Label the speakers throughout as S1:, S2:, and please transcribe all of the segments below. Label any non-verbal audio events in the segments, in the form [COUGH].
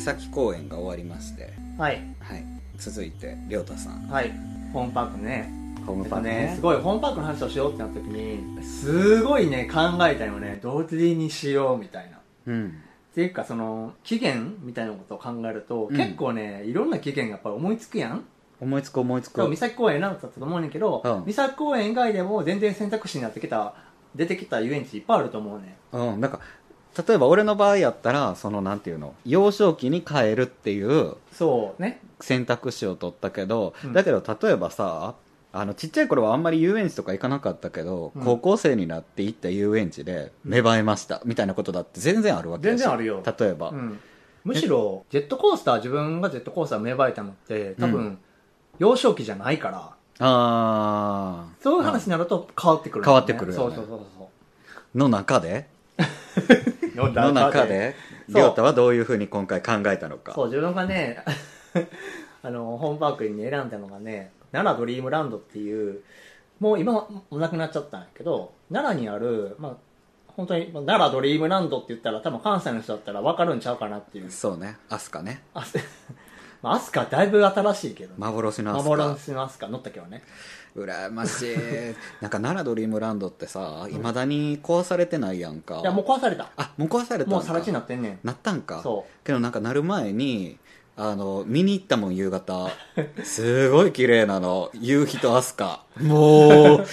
S1: 崎公演が終わりまして、
S2: はい
S1: はい、続いて亮太さん
S2: はいホームパークね
S1: ホー
S2: え
S1: ム
S2: っ
S1: パー
S2: と
S1: ク
S2: ね
S1: ね
S2: すごいホームパークの話をしようってなった時にすごいね考えたよねどりにしようみたいなっ
S1: うん
S2: ていうかその期限みたいなことを考えると、
S1: うん
S2: 結構ねいろんな期限がやっぱり思いつくやん
S1: 思いつく思いつく
S2: 今日三崎公園なんかだったと思うねんけど、
S1: うん
S2: 三崎公園以外でも全然選択肢になってきた出てきた遊園地いっぱいあると思うね
S1: うん、なんか例えば俺の場合やったらそのなんていうの幼少期に変えるっていう
S2: そうね
S1: 選択肢を取ったけど、
S2: うん
S1: だけど例えばさあのちっちゃい頃はあんまり遊園地とか行かなかったけど、
S2: うん
S1: 高校生になって行った遊園地で芽生えましたみたいなことだって全然あるわけ
S2: 全
S1: だし
S2: 然あるよ、
S1: 例えば、
S2: うん、むしろジェットコースター自分がジェットコースター芽生えたのって多分、
S1: う
S2: 幼少期じゃないから
S1: ああ
S2: そういう話になると変わってくる、
S1: 変わってくるよね
S2: そうそうそうそう
S1: の中で
S2: の
S1: の中で
S2: そう
S1: 亮太はどういうふうに今回考えたのか
S2: そう自分がね [LAUGHS] あのホームパークにね選んだのがね奈良ドリームランドっていうもう今はもうなくなっちゃったんやけど奈良にある、まあ、本当にまあ奈良ドリームランドって言ったら多分関西の人だったら分かるんちゃうかなっていう
S1: そうねアスカね
S2: あ [LAUGHS] すまあ飛鳥だいぶ新しいけど、ね、
S1: 幻のアスカ
S2: 幻の飛鳥乗ったけどね
S1: 羨ましい [LAUGHS] なんか奈良ドリームランドってさいまだに壊されてないやんか
S2: いやもう壊された
S1: あもう壊されたんか
S2: もう更地になってんねん
S1: なったんか
S2: そ
S1: けどなんかなる前にあの見に行ったもん夕方 [LAUGHS] すごい綺麗なの夕日とアスカもう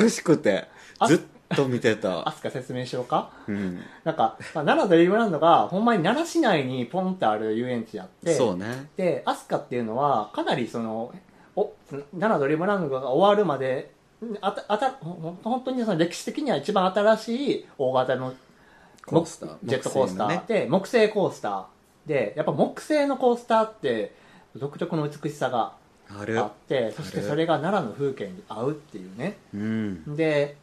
S1: 美しくて
S2: あ
S1: ずっと見て
S2: うア
S1: た、
S2: スカ説明しようか
S1: うん、
S2: なんか、まあ、奈良ドリームランドがほんまに奈良市内にポンってある遊園地あって
S1: そうね
S2: でアスカっていうのはかなりそのお奈良ドリームランドが終わるまであたあたほ本当にその歴史的には一番新しい大型の
S1: コースター
S2: ジェットコースタ
S1: 木製
S2: ー、
S1: のね
S2: で木製コースターでやっぱ木製のコースターって独特の美しさが
S1: ある
S2: あってそしてそれが奈良の風景に合うっていうね
S1: うん
S2: で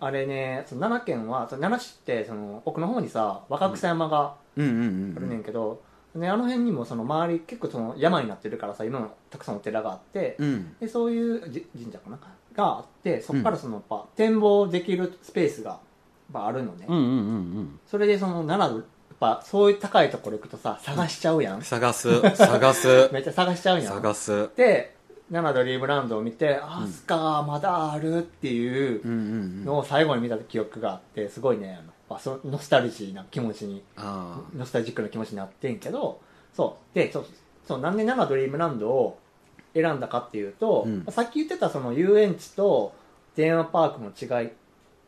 S2: あれねその奈良県はその奈良市ってその奥の方にさ若草山が、
S1: うんうん
S2: あ
S1: うんう
S2: るね
S1: ん
S2: んけど、ね、あの辺にもその周り結構その山になってるからさ今もたくさんお寺があって、
S1: うん
S2: でそういうじ神社かながあってそこからそのやっぱ、展望できるスペースがやっぱあるのね、
S1: うんうんうん
S2: それでその奈良やっぱそういう高いところ行くとさ探しちゃうやん、
S1: うん探す探す
S2: めっちゃ探しちゃうやん
S1: 探す
S2: で奈良ドリームランドを見てあ
S1: うん
S2: すかまだあるっていう
S1: うんうんうん
S2: のを最後に見た記憶があってすごいねあのまあそノスタルジーな気持ちに
S1: ああ
S2: ノスタルジックな気持ちになってんけどそうでそうそうなんで奈良ドリームランドを選んだかっていうと、
S1: うん
S2: さっき言ってたその遊園地とテーマパークの違いっ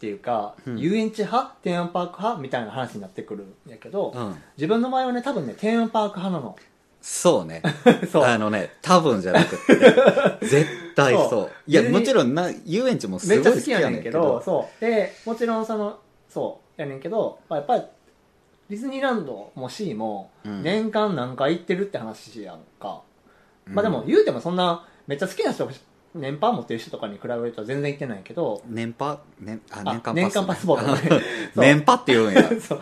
S2: ていうか、
S1: うん
S2: 遊園地派テーマパーク派みたいな話になってくるんやけど、
S1: うん
S2: 自分の場合はね多分ねテーマパーク派なの
S1: [LAUGHS] そうね
S2: そう
S1: あのね、多分じゃなくって、絶対そう。
S2: そう
S1: いや、
S2: ディズニー
S1: もちろんな、遊園地もす
S2: [LAUGHS] め
S1: ご
S2: っ
S1: い
S2: ちゃ
S1: 好
S2: 好き
S1: き
S2: や
S1: や
S2: ね
S1: ね
S2: ん
S1: ん
S2: け
S1: け
S2: ど
S1: ど、
S2: そうでもちろんそのそうやねんけど、まあ、やっぱりディズニーランドも C も
S1: うん
S2: 年間何回行ってるって話やんか、
S1: うん
S2: まあでも、言うてもそんなめっちゃ好きな人年パン持ってる人とかに比べると全然いけないけど
S1: 年パ、年、あ、
S2: あ
S1: 年間パス、
S2: 年間パスポートね [LAUGHS] そう
S1: 年パって言うん [LAUGHS] や。
S2: そう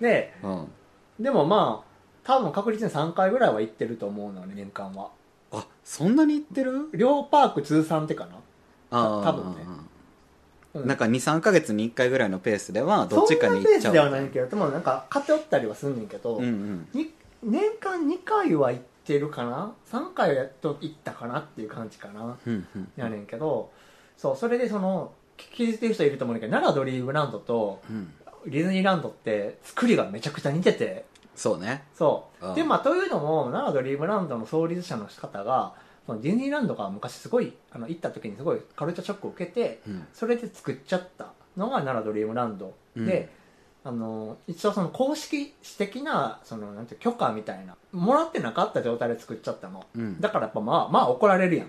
S2: で
S1: うん。
S2: でもまあ多分確実に3回ぐらいは行ってると思うのよね年間は
S1: あ、そんなに行ってる
S2: 両パーク通算ってかな、
S1: あー
S2: 多分ねうん
S1: なんか2、3ヶ月に1回ぐらいのペースでは、どっちかに
S2: そんな
S1: 行
S2: ペ
S1: っ
S2: ー
S1: ちゃう。
S2: スではないけどでもなんか偏ったりはすんねんけど、
S1: うんうん。
S2: に年間2回は行ってるかな3回はやっと行ったかなっていう感じかな
S1: うんうん
S2: やねんけどそうそれでその気づいてる人いると思うんだけど奈良ドリームランドと
S1: うん。
S2: ディズニーランドって作りがめちゃくちゃ似てて
S1: そうね。
S2: そう、
S1: うん
S2: でまあというのも奈良ドリームランドの創立者の方がそのディズニーランドが昔すごいあの行った時にすごいカルチャーショックを受けて
S1: うん。
S2: それで作っちゃったのが奈良ドリームランド、
S1: うん
S2: であの一応その公式私的なそのなんて許可みたいなもらってなかった状態で作っちゃったの
S1: うん
S2: だ。からやっぱまあまあ怒られるやん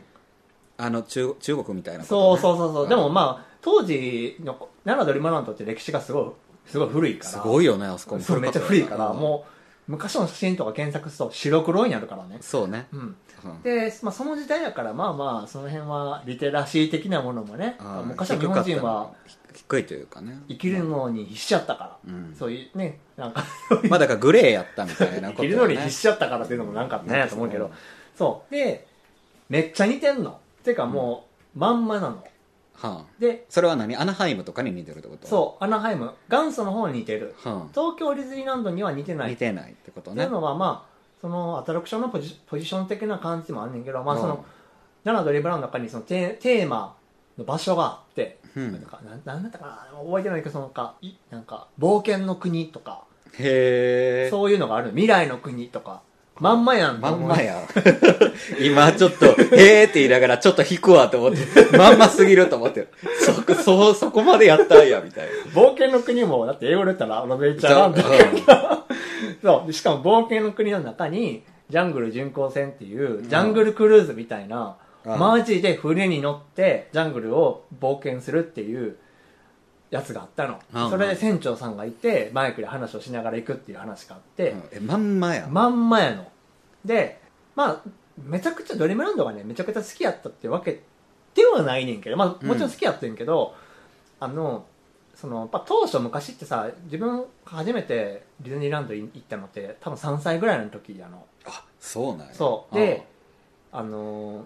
S1: あの、中中国みたいなこと
S2: そ
S1: ね
S2: うそうそうそう、
S1: ん
S2: でもまあ当時の奈良ドリームランドって歴史がすごいすごい古いから
S1: すごいよね、あそこも。
S2: そうめっちゃ古いから、
S1: う
S2: もう昔の写真とか検索すると白黒になるからね
S1: ん。、そうね。
S2: うん、
S1: うん
S2: で、まあ、その時代だからまあまあその辺はリテラシー的なものもね
S1: あー
S2: 昔は日本人
S1: 低か
S2: は
S1: ったの低いというかね。
S2: 生きるのに必死だったから、
S1: うん
S2: そういうねなんか
S1: まあだからグレーやったみたいなこと
S2: 生き
S1: よね、
S2: るのに必死だったからっていうのもなんかねやと思うけど、そうでめっちゃ似てんのていうかもう、まんまなの
S1: はあ、
S2: で
S1: それは何アナハイムとかに似てるってこと
S2: そうアナハイム元祖の方に似てる
S1: う、は
S2: 東京ディズニーランドには似て
S1: あ、
S2: ない
S1: 似てないってこと
S2: ってい
S1: ね
S2: うのはまあそのアトラクションのポジポジション的な感じもあんねんけど、まあ
S1: うん
S2: その奈良ドリブラの中にそのテーテーマの場所があって、
S1: うん
S2: なんかなんなんだったかな覚えてないけどそのなんかいなんか冒険の国とか
S1: へえ
S2: そういうのがある未来の国とかまんまやんと
S1: まん
S2: 思う
S1: まやん [LAUGHS] 今ちょっと「へえ」って言いながらちょっと引くわと思ってまんますぎると思ってそこ [LAUGHS] そそこまでやったんやみたいな
S2: 冒険の国もだって英語で言ったらアドベンチャーランドそうでしかも冒険の国の中にジャングル巡航船っていうジャングルクルーズみたいな、
S1: うん
S2: マジで船に乗ってジャングルを冒険するっていうやつがあったの、
S1: うんうん
S2: それで船長さんがいてマイクで話をしながら行くっていう話があって、
S1: うんえまんまやん
S2: まんまやのでまあめちゃくちゃドリームランドがねめちゃくちゃ好きやったってわけではないねんけど、まあ、もちろん好きやってんけど、あのそのやっぱ当初昔ってさ自分初めてディズニーランドに行ったのって多分3歳ぐらいの時やの
S1: あそうなんや
S2: そうであのー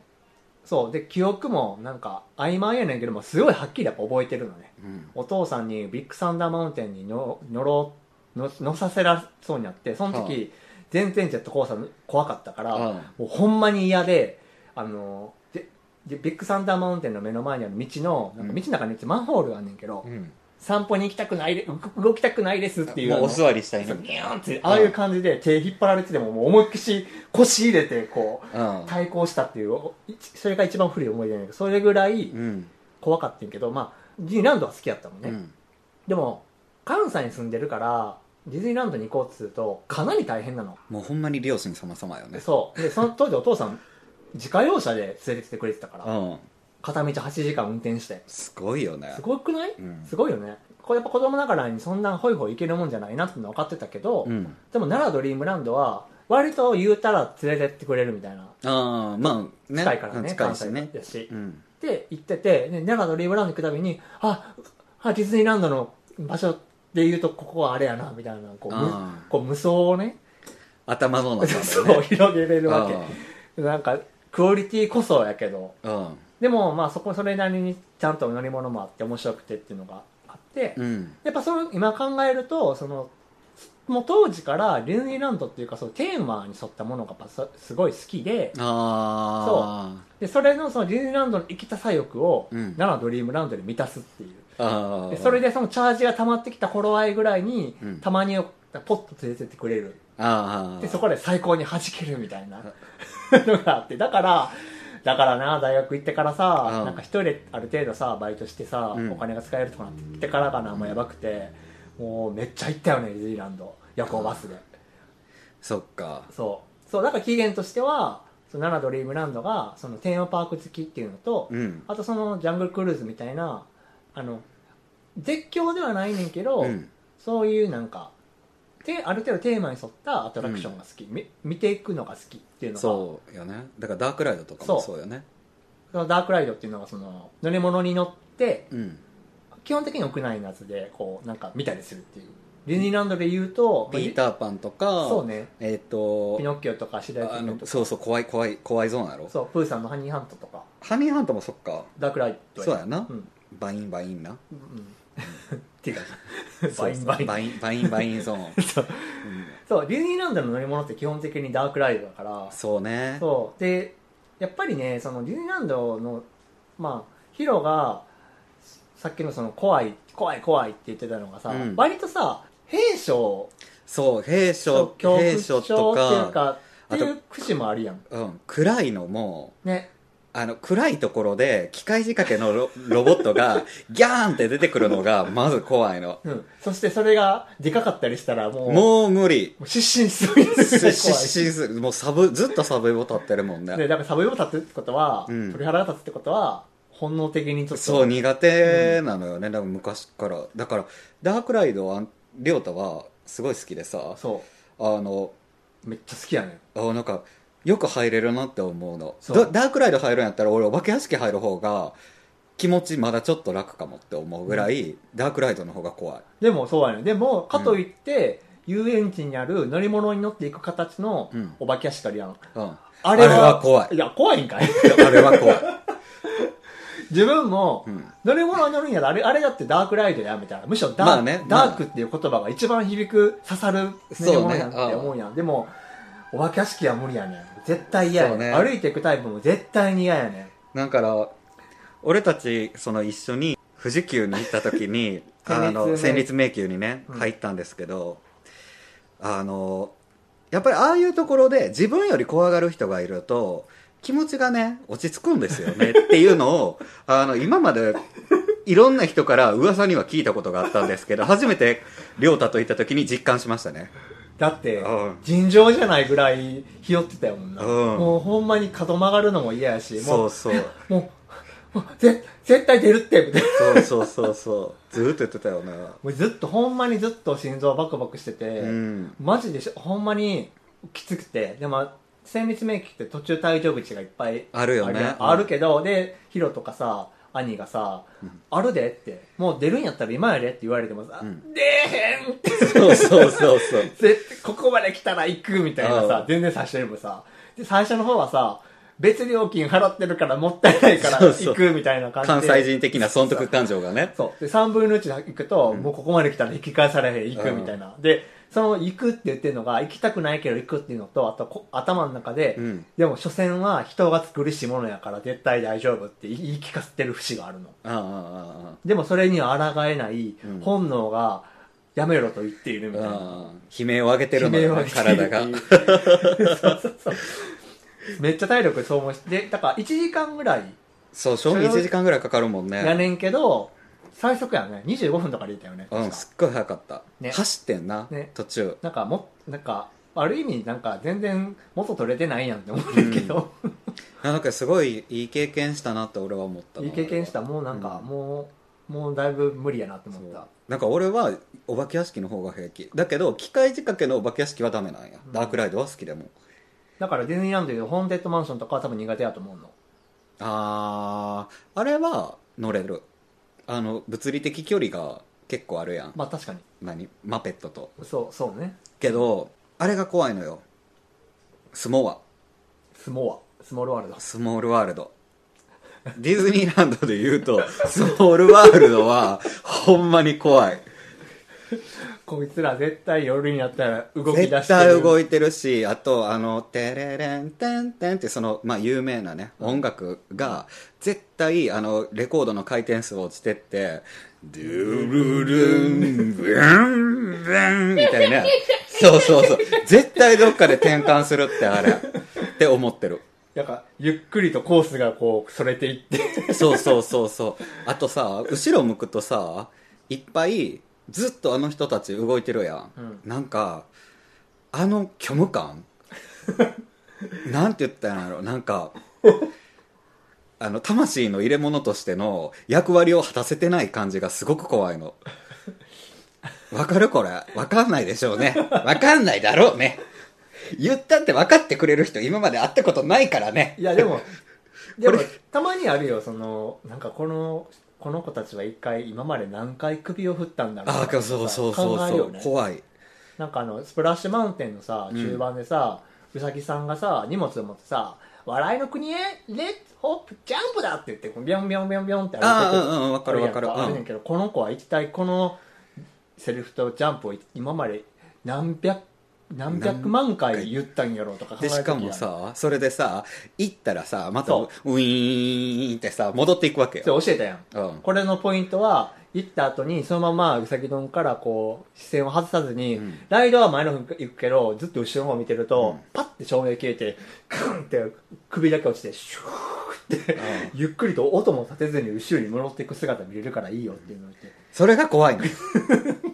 S2: そうで記憶もなんか曖昧やねんけどもすごいはっきりやっぱ覚えてるのね
S1: うん
S2: お父さんにビッグサンダーマウンテンに乗乗ろう乗乗させらそうになってその時、
S1: はあ
S2: 全然ジェットコースター怖かったから、
S1: うん
S2: もうほんまに嫌であのででビッグサンダーマウンテンの目の前にある道のなんか道の中にマンホールがあんねんけど、
S1: うん
S2: 散歩に行きたくないでう動きたくないですっていう
S1: も
S2: あ
S1: う
S2: の
S1: お座りしたいな
S2: そう
S1: みた
S2: ギ
S1: い
S2: ュ
S1: な
S2: ーンってああいう感じで手引っ張られててももう思いっきし腰入れてこう
S1: うん
S2: 対抗したっていうおいそれが一番古い思い出やねんけどそれぐらい
S1: うん
S2: 怖かったんけどまあディズニーランドは好きやったもんね、
S1: うん
S2: でも関西に住んでるからディズニーランドに行こうっつうとかなり大変なの、
S1: もうほんまに両親様様よね
S2: そうでその当時お父さん自家用車で連れてきてくれてたから、
S1: うん
S2: 片道8時間運転して
S1: すごいよね
S2: すごくない
S1: うん
S2: すごいよねこれやっぱ子供ながらにそんなホイホイ行けるもんじゃないなってのは分かってたけど、
S1: うん
S2: でも奈良ドリームランドは割と言うたら連れてってくれるみたいな
S1: ああまあね
S2: 近いからね
S1: うん近
S2: 関
S1: いし
S2: 西
S1: ね
S2: だし、
S1: うん
S2: で行っててで奈良ドリームランド行くたびにああディズニーランドの場所で言うとここはあれやなみたいなこうむ
S1: あー
S2: こう無双をね
S1: 頭の中
S2: [LAUGHS] そう
S1: でね
S2: 広げれるわけなんかクオリティこそやけど
S1: うん
S2: でもまあそこそれなりにちゃんと乗り物もあって面白くてっていうのがあって、
S1: うん
S2: やっぱその今考えるとそのもう当時からディズニーランドっていうかそのテーマに沿ったものがやっぱすすごい好きで
S1: ああ
S2: でそれのそのディズニーランドの生きた左翼を
S1: うん
S2: 奈良ドリームランドで満たすっていう
S1: ああ
S2: でそれでそのチャージが溜まってきた頃合いぐらいに、
S1: うん
S2: たまにポッと連れてってくれる
S1: ああ
S2: でそこで最高に弾けるみたいなのがあってだからだからな大学行ってからさ
S1: うん
S2: なんか一人である程度さバイトしてさ、
S1: うん
S2: お金が使えるとかなってきてからかなもうやばくてもうめっちゃ行ったよねディズニーランド夜行バスで
S1: そっか
S2: そうそうだから期限としてはその奈良ドリームランドがそのテーマパーク付きっていうのと、
S1: うん
S2: あとそのジャングルクルーズみたいなあの絶叫ではないねんけど、
S1: うん
S2: そういうなんかてある程度テーマに沿ったアトラクションが好き、み見ていくのが好きっていうのが
S1: そうよねだからダークライドとかも
S2: そ
S1: そうよね
S2: そのダークライドっていうのがその乗り物に乗って
S1: うん
S2: 基本的に屋内のやつでこうなんか見たりするっていうディズニーランドで言うと
S1: ピーターパンとか
S2: そうね
S1: えっと
S2: ピノッキオとかシダイ
S1: あ
S2: キング
S1: の
S2: とか
S1: そうそう怖い怖い怖いゾーンやろ
S2: そうプーさんのハニーハントとか
S1: ハニーハントもそっか
S2: ダークライド
S1: そうやな
S2: うん、
S1: バインバインな
S2: うん
S1: [LAUGHS]
S2: うん、っていうか
S1: そ
S2: バ
S1: う
S2: イ
S1: そ
S2: ン
S1: う
S2: バイン
S1: バインバインバインゾーン
S2: [LAUGHS] そうそうディズニーランドの乗り物って基本的にダークライドだから
S1: うんそうね
S2: そうでやっぱりねそのディズニーランドのまあヒロがさっきのその怖い怖い怖いって言ってたのがさ、
S1: うん
S2: 割とさ兵所
S1: そう兵
S2: と
S1: 所
S2: 恐怖
S1: 兵
S2: 症
S1: 所
S2: っていう
S1: とか
S2: かっていう節もあるやん
S1: うん暗いのも
S2: ね
S1: あの暗いところで機械仕掛けのロ [LAUGHS] ロボットがギャーンって出てくるのがまず怖いの
S2: うんそしてそれがでかかったりしたらもうも
S1: もう無理
S2: う失神するぐらい [LAUGHS] 怖い
S1: 失神するもうサブずっとサブイボ立ってるもんね
S2: でだからサブイボ立つってことは、
S1: うん
S2: 鳥肌が立つってことは本能的にちょっと
S1: そう苦手なのよね、だから昔からだからダークライドは亮太はすごい好きでさ
S2: そ
S1: あの
S2: うめっちゃ好きやねん
S1: あなんかよく入れるなって思うの
S2: そう
S1: ダダークライド入るんやったら俺お化け屋敷入る方が気持ちまだちょっと楽かもって思うぐらい、ダークライドの方が怖い
S2: でもそうやねでもかといって、遊園地にある乗り物に乗っていく形の
S1: うん
S2: お化け屋敷あるやん、
S1: うん
S2: あれは
S1: あれは怖い
S2: いや怖いん [LAUGHS] かい
S1: あれは [LAUGHS] 怖い、
S2: 自分も、
S1: うん
S2: 乗り物に乗るんやろあれあれだってダークライドやみたいなむしろダー,、
S1: まあねまあ
S2: ダークっていう言葉が一番響く刺さる乗り物やんって思うやん、でもお化け屋敷は無理やねん絶対嫌やねん
S1: そうね
S2: 歩いていくタイプも絶対に嫌やねん
S1: だから俺たちその一緒に富士急に行った時にあの
S2: [LAUGHS] 戦
S1: 戦
S2: 慄
S1: 慄迷宮にね
S2: うん
S1: 入ったんですけど、あのやっぱりああいうところで自分より怖がる人がいると気持ちがね落ち着くんですよ
S2: [LAUGHS]
S1: ねっていうのをあの今までいろんな人から噂には聞いたことがあったんですけど初めて亮太と行った時に実感しましたね
S2: だって
S1: うん
S2: 尋常じゃないぐらいひよってたよもんな、
S1: うん
S2: もうほんまに角曲がるのも嫌やし
S1: そ
S2: も
S1: う
S2: う
S1: そう
S2: もうもうぜ絶対出るってみたいな
S1: そうそうそうそうずーっと言ってたよな
S2: もうずっとほんまにずっと心臓バクバクしてて、
S1: うん
S2: マジでしほんまにきつくてでも精密免疫って途中退場口がいっぱい
S1: あるよ
S2: ある,、
S1: ね
S2: あるけどでヒロとかさ兄がさ、
S1: うん
S2: あるでってもう出るんやったら今やれって言われてもさ、
S1: うん
S2: 出えへんって
S1: そうそうそうそう
S2: 絶対ここまで来たら行くみたいな
S1: う
S2: さ
S1: ん
S2: 全然差してるもさで最初の方はさ別料金払ってるからもったいないから行くみたいな感じで
S1: 関西人的な損得感情がね
S2: そう。で、3分の1で行くと、
S1: うん
S2: もうここまで来たら引き返されへん、行くみたいな。で、その行くって言ってるのが、行きたくないけど行くっていうのと、あとこ頭の中で、
S1: うん
S2: でも所詮は人が作るしものやから絶対大丈夫って言い言い聞かせてる節があるの。
S1: ああああ
S2: でもそれには抗えない
S1: うん
S2: 本能が、やめろと言っているみたいな。
S1: ああ悲鳴を上げてるの
S2: 悲鳴
S1: よ、
S2: を上
S1: ね、体
S2: げているって
S1: が
S2: いうそうそうそう。めっちゃ体力消耗して、だから1時間ぐらい
S1: そう賞味1時間ぐらいかかるもん
S2: や
S1: ね
S2: ねんけど、最速やね。25分とかで言ったよね。
S1: うん
S2: 確か
S1: すっごい早かった、
S2: ね
S1: 走ってんな、
S2: ね
S1: 途中
S2: なんかもなんかある意味なんか全然元取れてないやんって思うねんけど、
S1: なんかすごいいい経験したなって俺は思ったない
S2: い経験したもうなんか、
S1: うん
S2: もうもうだいぶ無理やなって思
S1: そ
S2: っ
S1: う
S2: た
S1: なんか俺はお化け屋敷の方が平気だけど機械仕掛けのお化け屋敷はダメなんや、
S2: うん
S1: ダークライドは好きでも
S2: だからディズニーランドでホーンテッドマンションとかは多分苦手やと思うの
S1: あああれは乗れるあの物理的距離が結構あるやん、
S2: まあ確かに
S1: 何マペットと
S2: そうそうね
S1: けどあれが怖いのよスモワ
S2: スモアスモールワールド
S1: スモールワールドディズニーランドで言うとスモールワールドはほんまに怖い
S2: [LAUGHS] こいつら絶対夜になったら動き出してる
S1: 絶対動
S2: い
S1: いてるしあとあの「テレレンテンテン」ってその、まあ、有名なね音楽が絶対あのレコードの回転数落ちてって「ドゥルルンブンブン」みたいなそうそうそう絶対どっかで転換するってあれって思ってる
S2: なんかゆっくりとコースがこうそれていって
S1: そうそうそうそうあとさ後ろ向くとさいっぱいずっとあの人たち動いてるやん、
S2: うん
S1: なんかあの虚無
S2: [LAUGHS]
S1: 感なんて言ったんやろなんかあの魂の入れ物としての役割を果たせてない感じがすごく怖いのわかるこれわかんないでしょうねわかんないだろうね言ったって分かってくれる人今まで会ったことないからね
S2: いやでも [LAUGHS] でも
S1: これ
S2: たまにあるよそのなんかこのこの子たちは一回今まで何回首を振ったんだろう
S1: ああそうそうそう
S2: 考え
S1: そ
S2: るよ
S1: う、
S2: ね
S1: 怖い
S2: なんかあの、スプラッシュマウンテンのさ、
S1: うん
S2: 中盤でさ、うさぎさんがさ、荷物を持ってさ、笑いの国へ、レッツホップジャンプだって言って、こうビョンビョンビョンビョンって
S1: あ
S2: 歩い
S1: あ
S2: て
S1: うんうんわかるわかる
S2: あやんあ
S1: う
S2: るねん
S1: ん
S2: けど、この子は一体このセリフとジャンプを今まで何百、何百万回言ったんやろうとか考え
S1: で
S2: た
S1: し
S2: 時
S1: か
S2: やん
S1: も、さそれでさ行ったらさまた
S2: そう
S1: ウィーンってさ戻っていくわけ
S2: そ
S1: よ、
S2: う教えたやん。
S1: うん、
S2: これのポイントは、行った後にそのままうさぎ丼からこう、視線を外さずに、
S1: うん
S2: ライドは前の方に行くけど、ずっと後ろの方を見てると、
S1: うん
S2: パッて照明消えて、カンって首だけ落ちて、シューって、ゆっくりと音も立てずに後ろに戻っていく姿見れるからいいよっていうのを言って、
S1: それが怖いの [LAUGHS]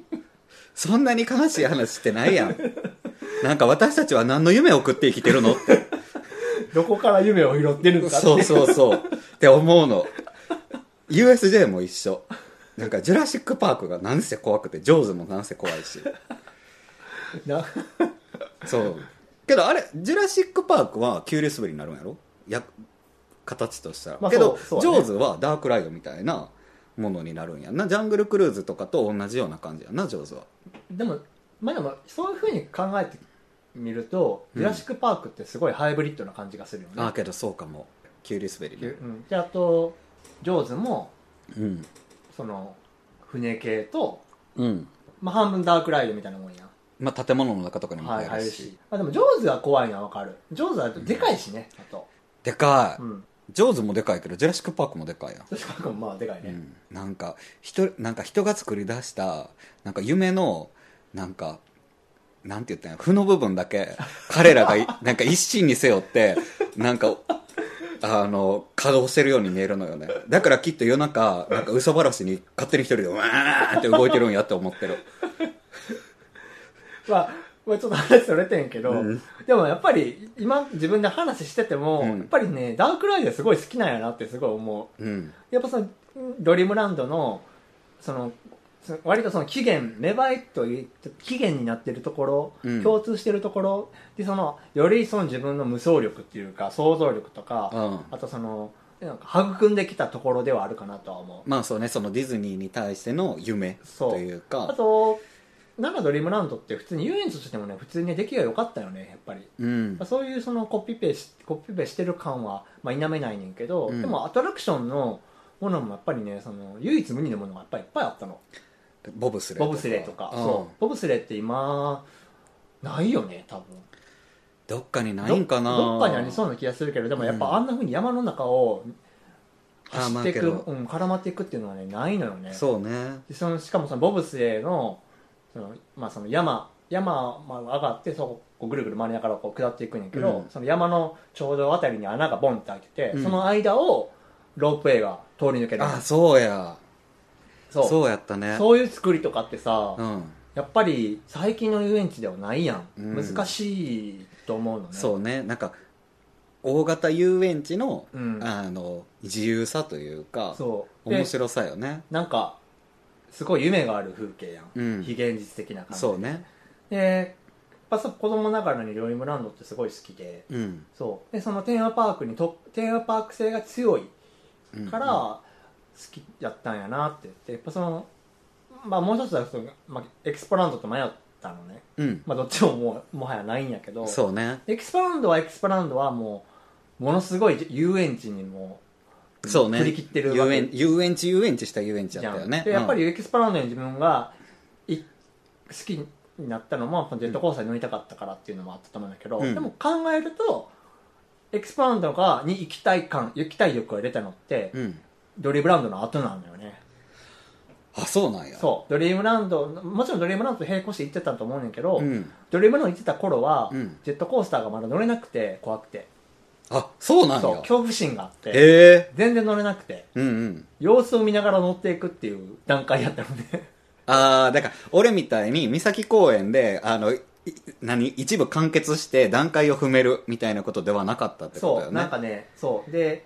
S1: そんなに悲しい話ってないやんなんか私たちは何の夢を送って生きてるのって
S2: どこから夢を拾ってるんかって
S1: そうそうそうって思うの USJ も一緒なんかジュラシック・パークがなんせ怖くてジョーズもなんせ怖いし
S2: な
S1: そうけどあれジュラシック・パークは急流滑りになるんやろや形としたら、
S2: まあ
S1: けど、
S2: そう
S1: ジョ
S2: そうだね
S1: ーズはダークライドみたいなものになるんやんなジャングルクルーズとかと同じような感じやんなジョーズは
S2: でも、まあでも、そういうふうに考えてみると、
S1: うん
S2: ジュラシック・パークってすごいハイブリッドな感じがするよね。
S1: ああけどそうかも急流滑りね
S2: うん、で、あと、ジョーズも、
S1: うん
S2: その、船系と、
S1: うん
S2: まあ、半分ダークライドみたいなもんや
S1: まあ、建物の中とかにも
S2: はい、
S1: 入
S2: 入
S1: る
S2: る
S1: し、
S2: し。あ、でも、ジョーズは怖いのはわかる。ジョーズはでかいしね、あと。
S1: でかい、
S2: うん。 [LAUGHS]
S1: ジョーズもでかいけどジュラシック・パークもでかいやん
S2: ジョーズパークもまあ、でかいうね。
S1: んなんか人なんか人が作り出したなんか夢のなんかなんて言ったんや負の部分だけ
S2: [LAUGHS]
S1: 彼らがいなんか一心に背負ってなんかあの稼働してるように見えるのよねだからきっと夜中なんか嘘話に勝手に一人でうわーって動いてるんやって思ってる
S2: まあ、まあちょっと話それてんけど、
S1: うん
S2: でもやっぱり、今、自分で話してても、
S1: うん
S2: やっぱりね、ダークライドすごい好きなんやなってすごい思う。
S1: うん
S2: やっぱそのドリームランドのそのその割とその期限芽生えという期限になってるところ、
S1: うん
S2: 共通してるところでそのよりその自分の無双力っていうか想像力とか、
S1: うん
S2: あとそのなんか育んできたところではあるかなとは思う
S1: まあそうねそのディズニーに対しての夢
S2: そう
S1: という
S2: あ
S1: か
S2: となんかドリームランドって普通に遊園地としてもね普通に出来が良かったよねやっぱり
S1: うん
S2: まあそういうそのコピペしコピペしてる感は、まあ、否めないねんけど、
S1: うん
S2: でもアトラクションのものもやっぱりねその唯一無二のものがやっぱりいっぱいあったの
S1: ボブスレー
S2: ボブスレーとか、そうボブスレーって今ないよね多分
S1: どっかにないんかな
S2: どどっかにありそうな気がするけどでもやっ
S1: う
S2: ぱ
S1: ん
S2: あんなふうに山の中を
S1: あー
S2: 走
S1: ま
S2: っ
S1: あ
S2: てい
S1: け
S2: く、
S1: ど
S2: うん、絡まっていくっていうのはねないのよね
S1: そうね
S2: でそのしかもそのボブスレーのその,、まあ、その山山、まあ、上がってそここうぐるぐる回りながらこう下っていくんやけど、
S1: うん
S2: その山のちょうどあたりに穴がボンって開いてて、
S1: うん
S2: その間をロープウェイが通り抜ける
S1: あそうや
S2: そう
S1: そうやったね
S2: そういう作りとかってさ、
S1: うん、
S2: やっぱり最近の遊園地ではないやん、
S1: うん
S2: 難しいと思うのね
S1: そうねなんか大型遊園地の,、
S2: うん
S1: あの自由さというか
S2: そうで
S1: 面白さよね
S2: なんかすごい夢がある風景やん、
S1: うん
S2: 非現実的な感じ
S1: そうね
S2: でやっぱさ子供ながらにドリームランドってすごい好きで
S1: うん
S2: そうでそのテーマパークにとテーマパーク性が強い
S1: うん
S2: から好きやったんやなって言ってやっぱその、まあ、もう一つはその、まあ、エクスポランドと迷ったのね、
S1: うん、
S2: まあ、どっちももうもはやないんやけど
S1: そうね
S2: エクスポランドはエクスポランドはもうものすごい遊園地にも
S1: そうね
S2: 振り切ってるわ
S1: 遊
S2: け
S1: 園遊園地遊園地した遊園地
S2: じ
S1: や
S2: ゃ
S1: ったよ
S2: ん
S1: ね
S2: でやっぱり
S1: うん
S2: エクスパランドに自分がい好きになったのもジェットコースターに乗りたかったからっていうのもあったと思うんだけど、
S1: うん
S2: でも考えるとエクスパランドがに行きたい感行きたい欲を入れたのって、
S1: うん、
S2: ドリームランドの後なんだよね
S1: あそうなんや
S2: そうドリームランドもちろんドリームランドと並行して行ってたと思うねんだけど、
S1: ん、
S2: ドリームランド行ってた頃は、
S1: うん
S2: ジェットコースターがまだ乗れなくて怖くて
S1: あそうなん
S2: そう
S1: や
S2: 恐怖心があって
S1: へえ
S2: 全然乗れなくて
S1: うんうん
S2: 様子を見ながら乗っていくっていう段階やったのね
S1: ああだから俺みたいに三崎公園であのい何一部完結して段階を踏めるみたいなことではなかったってことだ
S2: そ
S1: よ
S2: う
S1: ね
S2: なんかねそうで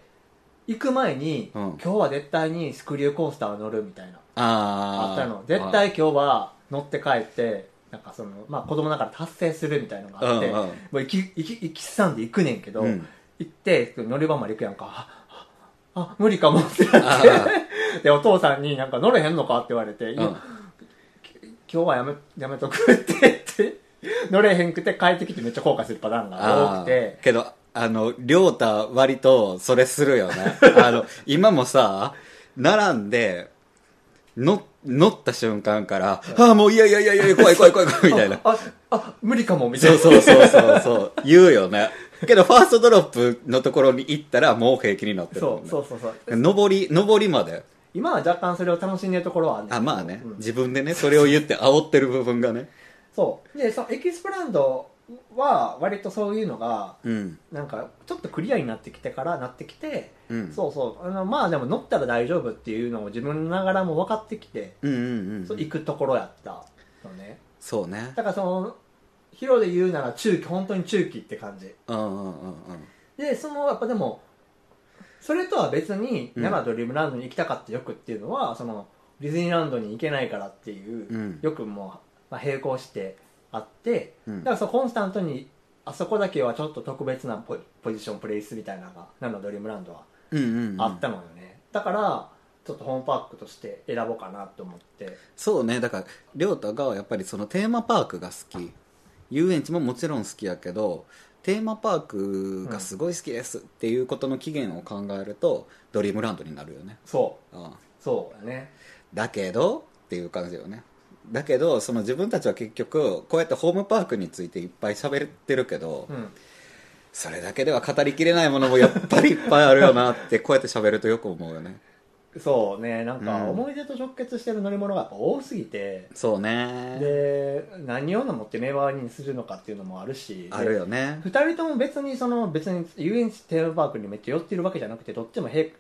S2: 行く前に、
S1: うん
S2: 今日は絶対にスクリューコースターを乗るみたいな
S1: あ
S2: あ
S1: ー
S2: ったの絶対今日は乗って帰ってなんかその、まあ、子供だから達成するみたいなのがあって、
S1: うんうん
S2: もう行き行き行きすさんで行くねんけど、
S1: うん
S2: 行って乗り場まで行くやんかあああ無理かもってなっ
S1: あ
S2: てでお父さんになんか乗れへんのかって言われて、いや
S1: うん
S2: 今日はやめやめとくって言って乗れへんくて帰ってきてめっちゃ後悔するパターンが多くて
S1: あーけどあの亮太割とそれするよね [LAUGHS] あの今もさ並んでの乗った瞬間から「ああもういやいやいやいや怖い怖い怖い怖い」みたいな
S2: ああ無理かもみたい
S1: そ
S2: な
S1: うそうそうそうそう言うよねけどファーストドロップのところに行ったらもう平気になってるもん
S2: そう
S1: ね
S2: そうそうそう
S1: 上り上りまで
S2: 今は若干それを楽しんでるところはあるんだけ
S1: あ
S2: ど
S1: まあね、
S2: うん
S1: 自分でねそれを言って煽ってる部分がね
S2: そうでそのエキスプランドは割とそういうのが
S1: うん
S2: なんかちょっとクリアになってきてからなってきて、
S1: うん
S2: そうそうあのまあでも乗ったら大丈夫っていうのを自分ながらも分かってきて、
S1: うんうんう
S2: そうん行くところやったのね
S1: そうね
S2: だからそのヒロで言うなら中期本当に中期って感じ
S1: うんうんうんうん
S2: でそのやっぱでもそれとは別に
S1: うん
S2: 奈良ドリームランドに行きたかった欲っていうのは、そのディズニーランドに行けないからっていう、
S1: うん
S2: よくもう、まあ、並行してあって
S1: うん
S2: だからそうコンスタントにあそこだけはちょっと特別なポポジションプレイスみたいなのが奈良ドリームランドは
S1: うんうんうん
S2: あったのよね、だからちょっとホームパークとして選ぼうかなと思って
S1: そうねだから亮太がやっぱりそのテーマパークが好き遊園地ももちろん好きやけどテーマパークがすごい好きですっていうことの起源を考えると、ドリームランドになるよね、
S2: そう
S1: うん、
S2: そうだね
S1: だけどっていう感じよねだけどその自分たちは結局こうやってホームパークについていっぱい喋ってるけど、
S2: うん、
S1: それだけでは語りきれないものもやっぱりいっぱいあるよなってこうやって喋るとよく思うよね
S2: そうねなんか
S1: うん
S2: 思い出と直結してる乗り物がやっぱ多すぎて、
S1: そうね
S2: で何を持ってメンバーにするのかっていうのもあるし
S1: あるよね
S2: 2人とも別にその別に遊園地テーマパークにめっちゃ寄ってるわけじゃなくてどっちも並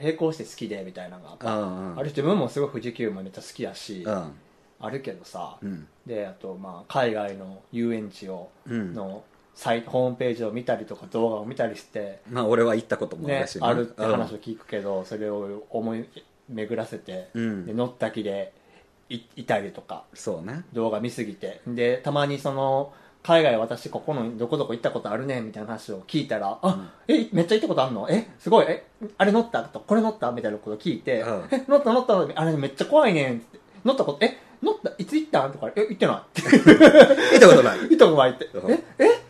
S2: 並行して好きでみたいなのが、
S1: うんうん
S2: ある自分もすごい富士急もめっちゃ好きだし、
S1: うん
S2: あるけどさ
S1: うん
S2: であとまあ海外の遊園地を
S1: うん
S2: のサイトホームページを見たりとか動画を見たりして、
S1: まあ俺は行ったこともあ
S2: ね
S1: るし、
S2: あるって話を聞くけど、それを思い巡らせて、
S1: うん、う
S2: で
S1: ん、
S2: 乗った気でいいたりとか
S1: そうね
S2: 動画見すぎてでたまにその海外私ここのどこどこ行ったことあるねみたいな話を聞いたら、あえめっちゃ行ったことあるのえすごいえあれ乗ったとこれ乗ったみたいなこと聞いて、
S1: うん
S2: え乗った乗ったあれめっちゃ怖いねんって乗ったことえ乗ったいつ行ったんとかえ行ってない
S1: 行ったことない
S2: 行ったことないって、
S1: うん
S2: ええ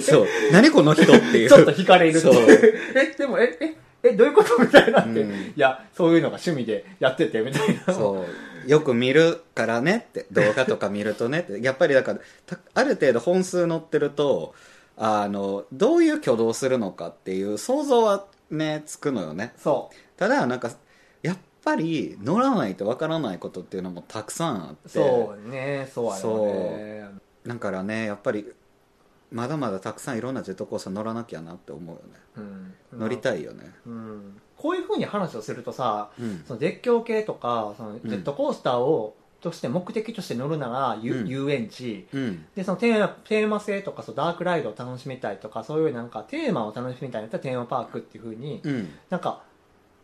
S1: そう何この人って
S2: [LAUGHS]
S1: いう
S2: ちょっと惹かれるって
S1: そう
S2: えでもえええどういうことみたいなって、
S1: うん
S2: いやそういうのが趣味でやっててみたいな
S1: そうよく見るからねって
S2: [LAUGHS]
S1: 動画とか見るとねってやっぱりだからたある程度本数載ってるとあのどういう挙動するのかっていう想像はねつくのよね
S2: そ
S1: ただなんかやっぱり乗らないとわからないことっていうのもたくさんあっ
S2: う
S1: て
S2: そうねそうやろうね
S1: だからねやっぱりまだまだたくさんいろんなジェットコースター乗らなきゃなって思うよね
S2: うん
S1: 乗りたいよね
S2: うん、こういうふうに話をするとさ
S1: うん
S2: その絶叫系とかそのジェットコースターを、として目的として乗るなら、ゆ
S1: うん
S2: 遊園地
S1: うん
S2: でそのテーマテーマ性とかそうダークライドを楽しみたいとかそういうなんかテーマを楽しみたいんだったらテーマパークっていうふうに、
S1: うん
S2: なんか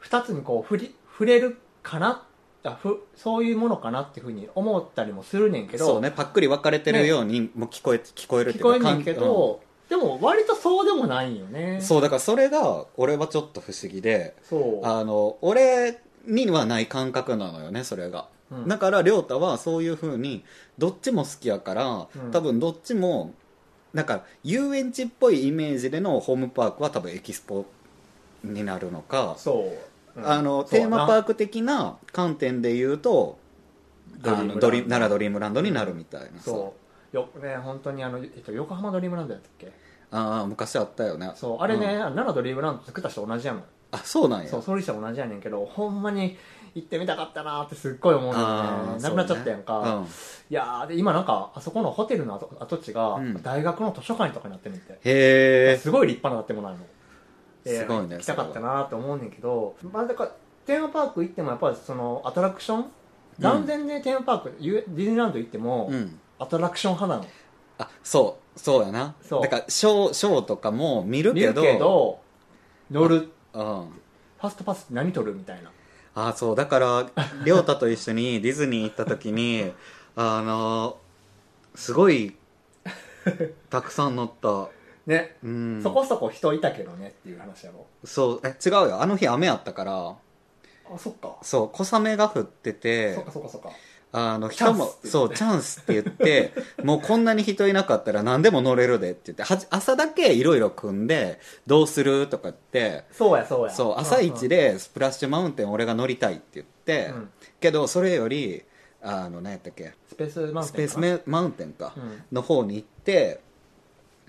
S2: 2つにこう触り触れるかなあふそういうものかなっていうふうに思ったりもするねんけど
S1: そうねパックリ分かれてるようにも聞こえ聞こえるってい
S2: 聞
S1: うか
S2: こえんねんけ
S1: かんうん
S2: ど、でも割とそうでもないんよね
S1: そうだからそれが俺はちょっと不思議で
S2: そう
S1: あの俺にはない感覚なのよねそれが、
S2: うん
S1: だから亮太はそういうふうにどっちも好きやから、
S2: うん
S1: 多分どっちもなんか遊園地っぽいイメージでのホームパークは多分エキスポになるのか、
S2: そう、
S1: あのテーマパ
S2: ー
S1: ーク的な観点で言うとあ
S2: ドリームランド
S1: のドリ奈良ドリームランドになるみたいなさ
S2: そうよね本当にあの、えっと、横浜ドリームランドやったっけ
S1: ああ昔あったよね
S2: そうあれね、
S1: うん
S2: あの奈良ドリームランド作った人同じやもん
S1: あそうなんや
S2: そう創立者同じやねんけどほんまに行ってみたかったなーってすっごい思う
S1: あ
S2: の
S1: ー
S2: ねなくなっちゃったやんか、
S1: そうねうん
S2: いやーで今なんかあそこのホテルの跡跡地が、
S1: うん
S2: 大学の図書館とかになってるって
S1: へえ
S2: すごい立派な建物なの
S1: すごいね
S2: 行きたかったなと思うねんけど、まあ、だからテーマパーク行ってもやっぱりそのアトラクション断然ね、テーマパークゆディズニーランド行っても、
S1: うん
S2: アトラクション派なの
S1: あそうそうやな
S2: そう
S1: だからショーショーとかも見る
S2: 見
S1: け
S2: る
S1: ど
S2: けど乗る
S1: うん、
S2: ファストパスって何取るみたいな
S1: あそうだから亮太と一緒にディズニー行った時に [LAUGHS] あのすごいたくさん乗った
S2: ね、
S1: うん
S2: そこそこ人いたけどねっていう話やろ
S1: そうえ違うよあの日雨やったから
S2: あそっか、
S1: そう小雨が降って
S2: そってかそっかそっか
S1: あの
S2: チャ
S1: 人
S2: ンス
S1: も
S2: って言
S1: そ
S2: って
S1: うチャンスって言って [LAUGHS] もうこんなに人いなかったら何でも乗れるでって言ってはじ朝だけいろいろ組んでどうするとかって
S2: そうやそうや
S1: そう朝一
S2: で、
S1: でスプラッシュマウンテン俺が乗りたいって言って、
S2: うん
S1: けどそれよりあの何やったっけ
S2: スペースマウン
S1: スペ
S2: テン
S1: ースメマウンテンか、
S2: うん
S1: の方に行って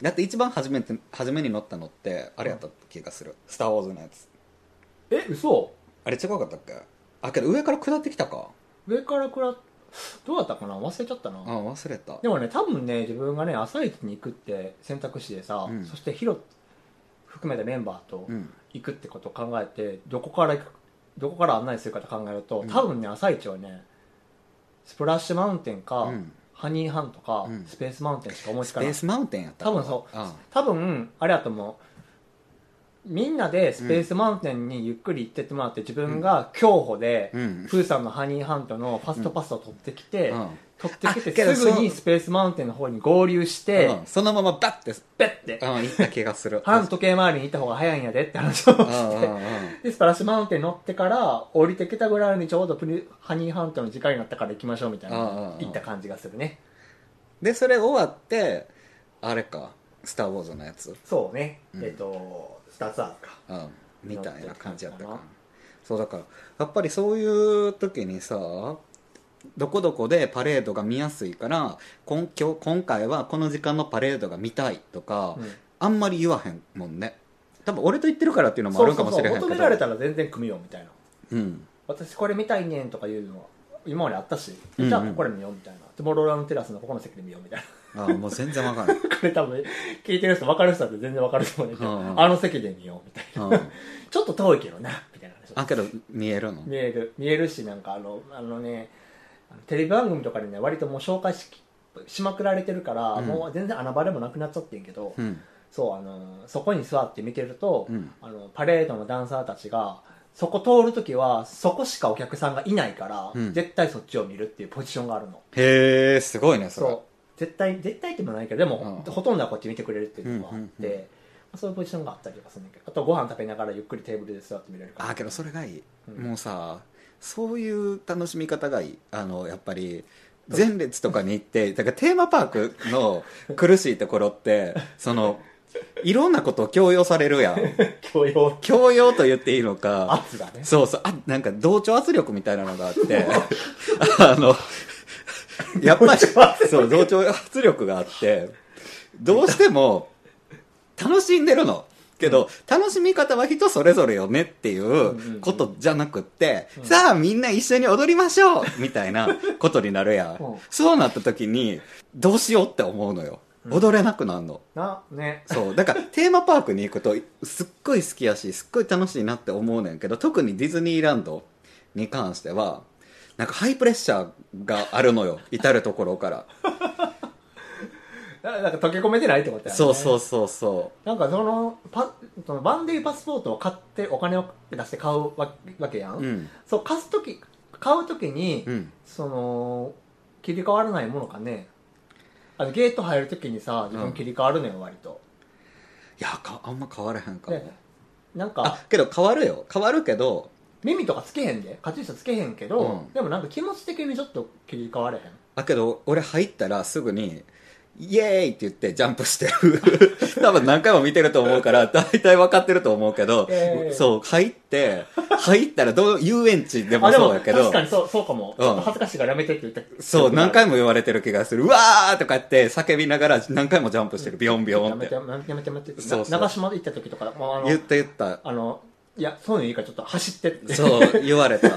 S1: だって一番初めて初めに乗ったのってあれやった気がする「スター・ウォーズ」のやつ
S2: え嘘
S1: あれ違うかったっけあけど上から下ってきたか
S2: 上からくらどうだったかな忘れちゃったな、
S1: あ忘れた
S2: でもね多分ね自分がね朝一に行くって選択肢でさ、
S1: うん
S2: そしてヒロ含めたメンバーと
S1: うん
S2: 行くってことを考えてどこから行くどこから案内するかと考えると
S1: うん
S2: 多分ね朝一はねスプラッシュマウンテンか、
S1: うん
S2: ハニーハンとか、
S1: うん
S2: スペースマウンテンしか思いつ
S1: ス
S2: か
S1: ペ
S2: ない
S1: ースマウンテンやった
S2: 多分そう
S1: あ
S2: 多分あれやと思うみんなでスペースマウンテンにゆっくり行ってってもらって自分が競歩で、
S1: うん
S2: プーさんのハニーハントのファストパスを取ってきて、
S1: うん
S2: 取ってき
S1: あけど
S2: てすぐ
S1: そう
S2: にスペースマウンテンの方に合流して、
S1: うんそのままバッて、うん、
S2: ペッて、
S1: 行った気がする
S2: 反時計回りに行った方が早いんやでって話を
S1: うんう
S2: し
S1: ん
S2: て、
S1: うん
S2: でスプラッシュマウンテン乗ってから降りてきたぐらいにちょうどプリハニーハントの時間になったから行きましょうみたいな、
S1: うんうんうん
S2: 行った感じがするね
S1: でそれ終わってあれか「スター・ウォーズ」のやつ、
S2: そうね、
S1: うん
S2: えっ、とスターツアーか
S1: うん、みたいな感じやったか
S2: な
S1: な
S2: ってきたか
S1: そうだからやっぱりそういう時にさどこどこでパレードが見やすいから今今日今回はこの時間のパレードが見たいとか、
S2: うん
S1: あんまり言わへんもんね多分俺と言ってるからっていうのもあ
S2: そう
S1: るん
S2: そ
S1: かも
S2: うそ
S1: し
S2: う
S1: れへんけど
S2: 求められたら全然組みようみたいな
S1: うん
S2: 私これ見たいねんとかいうのは今まであったし
S1: うんうん
S2: じゃあこれ見ようみたいなでモローラのテラスのここの席で見ようみたいな [LAUGHS]
S1: ああもう全然わからん、
S2: これ多分聞いてる人分かる人だって全然分かると思うねんだけど、
S1: うんうん
S2: あの席で見ようみたいな
S1: うん、
S2: ちょっと遠いけどなみたいな話
S1: あけど見えるの
S2: 見える見えるしなんかあのあのねあのテレビ番組とかでね割ともう紹介ししまくられてるから、
S1: うん
S2: もう全然穴場でもなくなっちゃってんけど、
S1: うん
S2: そうあのそこに座って見てると、
S1: うん
S2: あのパレードのダンサーたちがそこ通るときはそこしかお客さんがいないから、
S1: うん
S2: 絶対そっちを見るっていうポジションがあるの
S1: へえすごいねそれ
S2: そう絶対絶対でもないけどでも、
S1: うん
S2: ほとんどはこっち見てくれるっていうのがあって、
S1: うんうんうん
S2: まあそういうポジションがあったりとかするんだけどあとご飯食べながらゆっくりテーブルで座って見れるから
S1: あけどそれがいい、
S2: うん
S1: もうさそういう楽しみ方がいいあのやっぱり前列とかに行ってだからテーマパークの苦しいところ
S2: [LAUGHS]
S1: ってそのいろんなことを強要されるやん
S2: [LAUGHS] 教養
S1: 強要と言っていいのか
S2: 圧がね
S1: そうそうあなんか同調圧力みたいなのがあって
S2: [LAUGHS]
S1: あのやっぱり [LAUGHS] そう同調圧力があってどうしても楽しんでるのけど、楽しみ方は人それぞれよねってい
S2: んうんう
S1: うんことじゃなくって、
S2: うん
S1: さあみんな一緒に踊りましょうみたいなことになるやん、
S2: うん
S1: そうなった時にどうしようって思うのよ
S2: うん
S1: 踊れなくなるの、
S2: なね [LAUGHS]
S1: そうだからテーマパークに行くとすっごい好きやしすっごい楽しいなって思うねんけど特にディズニーランドに関してはなんかハイプレッシャーがあるのよ至る所から
S2: ななんか溶け込めてないってことやね
S1: そうそうそうそ
S2: なんかそのパそのバンデイパスポートを買ってお金を出して買うわわけやん、
S1: ううん
S2: そう貸す時買う時に、
S1: うん
S2: その切り替わらないものかねあのゲート入る時にさ自分切り替わるのよ割と、
S1: いやかあんま変わらへんかも
S2: でなんか
S1: あけど変わるよ変わるけど
S2: 耳とかつけへんでカチューシャつけへんけど、
S1: うん
S2: でもなんか気持ち的にちょっと切り替われへん
S1: あけど俺入ったらすぐにイエーイって言ってジャンプして
S2: [LAUGHS]
S1: る多分何回も見てると思うから大体分かってると思うけど、
S2: イエーイ
S1: そう入って入ったらどう遊園地でも
S2: あで
S1: そう
S2: も
S1: やけど
S2: 確かにそうそうかも、
S1: ん
S2: ちょっと恥ずかしいからやめてって言った
S1: そう、何回
S2: も
S1: も言われてる気がする。うわーとかって叫びながら何回もジャンプしてる。ビヨンビヨ
S2: や
S1: ンっ
S2: め
S1: て
S2: て。やめてやめてやめて
S1: そうそう
S2: な長島行った時とかもうあの
S1: 言って言った。
S2: あの、いや、そういうのいいからちょっと走ってって。 [LAUGHS]
S1: そう、言われた。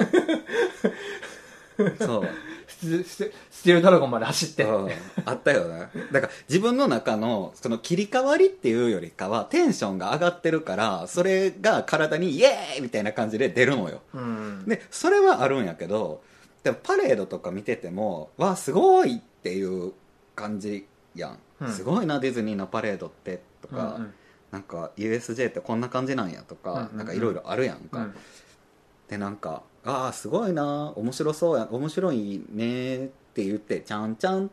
S1: そう。
S2: スススティールドラゴンまで走って。
S1: うんあったよね。だから自分の中のその切り替わりっていうよりかはテンションが上がってるから、それが体にイエーイみたいな感じで出るのよ。
S2: うん。
S1: でそれはあるんやけどでもパレードとか見ててもわあすごいっていう感じやん、
S2: うん
S1: すごいなディズニーのパレードってと
S2: うん
S1: か、
S2: うん
S1: なんか USJ ってこんな感じなんやとか、
S2: うんうんうん
S1: なんかいろいろあるやんか、
S2: うん
S1: でなんか「ああすごいな面白そうや面白いね」って言って「ちゃんちゃん」っ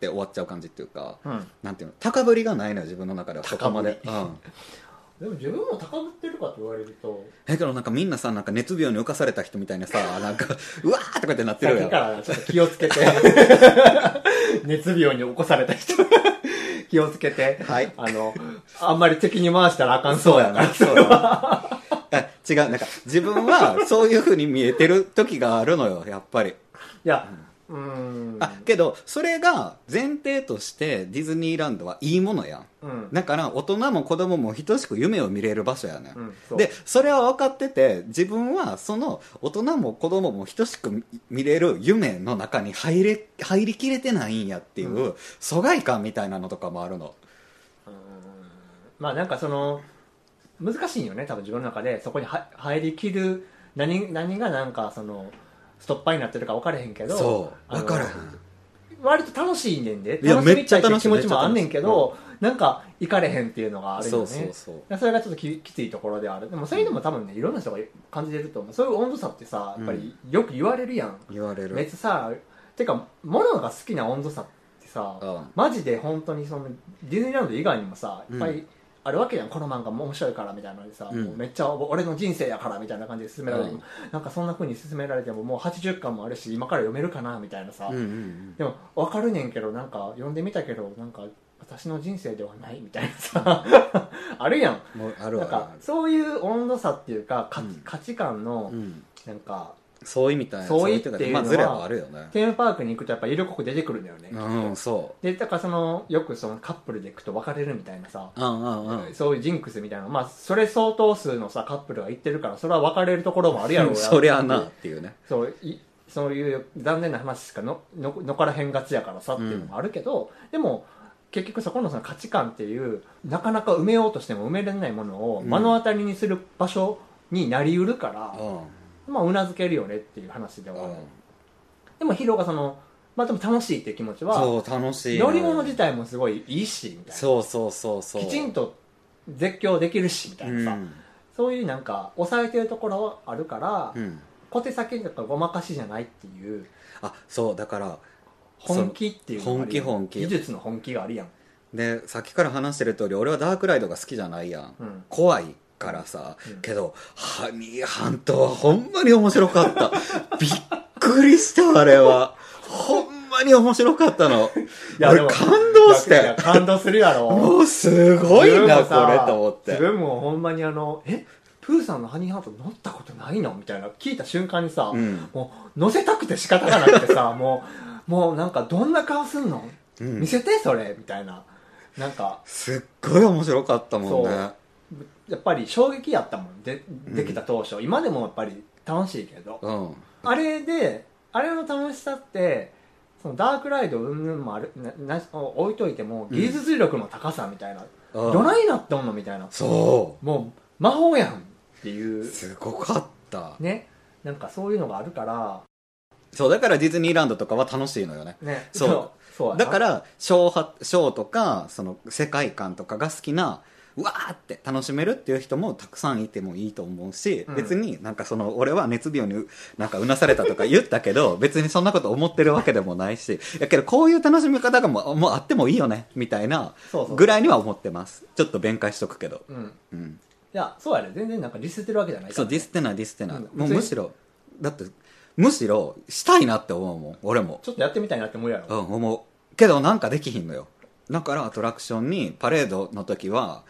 S1: て終わっちゃう感じっていうか
S2: うん
S1: なんていうの高ぶりがないのよ自分の中ではそこまで、う
S2: 高ぶり
S1: ん、
S2: でも自分も高ぶってるかと言われると、
S1: えけどなんかみんなさなんか熱病に浮かされた人みたい
S2: [LAUGHS]
S1: なさなんか「うわ!」とかってなってるや
S2: 先
S1: ん
S2: からちょっと気をつけて、
S1: [LAUGHS]
S2: 熱病に起こされた人、 [LAUGHS] 気をつけて、
S1: はい
S2: あの、あんまり敵に回したらあかんそうやな。
S1: そうやな。 [LAUGHS] あ違う、なんか自分はそういう風に見えてる時があるのよ、やっぱり。
S2: いや、うーん。
S1: あ、けど、それが前提としてディズニーランドはいいものやん。
S2: うん。
S1: だから大人も子供も等しく夢を見れる場所やねん。
S2: うんそう
S1: で、それは分かってて、自分はその大人も子供も等しく見れる夢の中に入れ、入りきれてないんやっていう、
S2: う
S1: 疎外感みたいなのとかもあるの。
S2: うーんまあなんかその難しいよね多分自分の中でそこには入りきる何何がなんかそのストッパーになってるか分からへんけど
S1: そう。
S2: あの
S1: 分からへん。
S2: 割と楽しいねんで
S1: いや
S2: 楽しみたい
S1: めっ
S2: って
S1: ちゃ楽し
S2: 気
S1: い
S2: 持ちもあんねんけど、なんか行かれへんっていうのがあるよ
S1: そ
S2: ね
S1: うそうそう。
S2: それがちょっとききついところではあるでもそれでも多分ねいろんな人が感じてると思うそういう温度差ってさやっぱりよく言われるやん、
S1: 言われる。
S2: めっちゃさてか物が好きな温度差ってさ、
S1: うん
S2: マジで本当にそのディズニーランド以外にもさ
S1: う
S2: い
S1: ん
S2: っぱいあるわけやん、この漫画も面白いからみたいなのでさ、
S1: うん
S2: もうめっちゃ俺の人生やからみたいな感じで勧められて、
S1: うん
S2: なんかそんな風に勧められてももう80巻もあるし今から読めるかなみたいなさ、
S1: うんうんうん
S2: でも分かるねんけどなんか読んでみたけどなんか私の人生ではないみたいなさ [LAUGHS] あるやん
S1: もうある
S2: なん
S1: あ
S2: かそういう温度差っていうか価,、
S1: うん
S2: 価値観の
S1: るうん
S2: なんか
S1: 相違みたいな
S2: 相違
S1: とか
S2: っていう
S1: ま
S2: のは
S1: あズレはあるよね
S2: テーマパークに行くとやっぱ色濃く出てくるんだよね、
S1: うんそ
S2: でだからそのよくそのカップルで行くと別れるみたいなさ、
S1: ううんうんうん
S2: そういうジンクスみたいなまあそれ相当数のさカップルが行ってるからそれは別れるところもあるやろう
S1: [LAUGHS]
S2: な
S1: そりゃあなっていうね
S2: そういそういう残念な話しかのののからへん勝ちやからさっていうのもあるけど、でも結局そこのその価値観っていうなかなか埋めようとしても埋められないものを
S1: うん
S2: 目の当たりにする場所になりうるから
S1: う、んうん
S2: まあうなずけるよねっていう話ではある、でもヒロがそのまあでも楽しいっていう気持ちは
S1: そう楽しいの
S2: 乗り物自体もすごいいいしみたいな
S1: そうそうそうそう
S2: きちんと絶叫できるしみた
S1: う
S2: いなさ、
S1: ん
S2: そういうなんか抑えてるところはあるから、
S1: うん
S2: 小手先とかごまかしじゃないっていう
S1: あそうだから
S2: 本気っていうのがあるやん
S1: その本気本気
S2: 技術の本気があるやん、
S1: でさっきから話してる通り俺はダークライドが好きじゃないやん
S2: うん、
S1: 怖いからさ、
S2: うん
S1: けどハニーハントはほんまに面白かった [LAUGHS] びっくりしたあれはほんまに面白かったの
S2: いやで
S1: 俺
S2: も
S1: 感動し
S2: いや
S1: て
S2: 感動するやろ
S1: もうすごいな
S2: 自分も
S1: こ
S2: さ
S1: れと思って
S2: 自分もほんまにあのえプーさんのハニーハート乗ったことないのみたいな聞いた瞬間にさ、
S1: うん
S2: もう乗せたくて仕方がなくてさもうもうなんかどんな顔すんの、
S1: うん
S2: 見せてそれみたいななんか
S1: すっごい面白かったもんね
S2: やっぱり衝撃やったもんでできた当初、今でもやっぱり楽しいけど
S1: うん
S2: あれであれの楽しさってそのダークライドうんぬんもあるなな置いといても
S1: うん
S2: 技術力の高さみたいな、
S1: うん
S2: どないなってんのみたいな
S1: そ
S2: もう魔法やんっていう
S1: うすごかった
S2: ねなんかそういうのがあるから
S1: そうだからディズニーランドとかは楽しいのよね
S2: ね
S1: そう
S2: [LAUGHS] そうやな
S1: だからショーはショーとかその世界観とかが好きなうわーって楽しめるっていう人もたくさんいてもいいと思うし、
S2: うん
S1: 別になんかその俺は熱病にうなんかうなされたとか言ったけど [LAUGHS] 別にそんなこと思ってるわけでもないしやけどこういう楽しみ方がもうもうあってもいいよねみたいな
S2: そうそう
S1: ぐらいには思ってますちょっと弁解しとくけど、
S2: うん
S1: うん、
S2: いやそうやで全然なんかディスってるわけじゃないから
S1: そうディスってないディスってない、
S2: うん
S1: もうむしろだってむしろしたいなって思うもん俺も
S2: ちょっとやってみたいなって思うやろ
S1: うん、思う。けどなんかできひんのよ。だからアトラクションに、パレードの時は、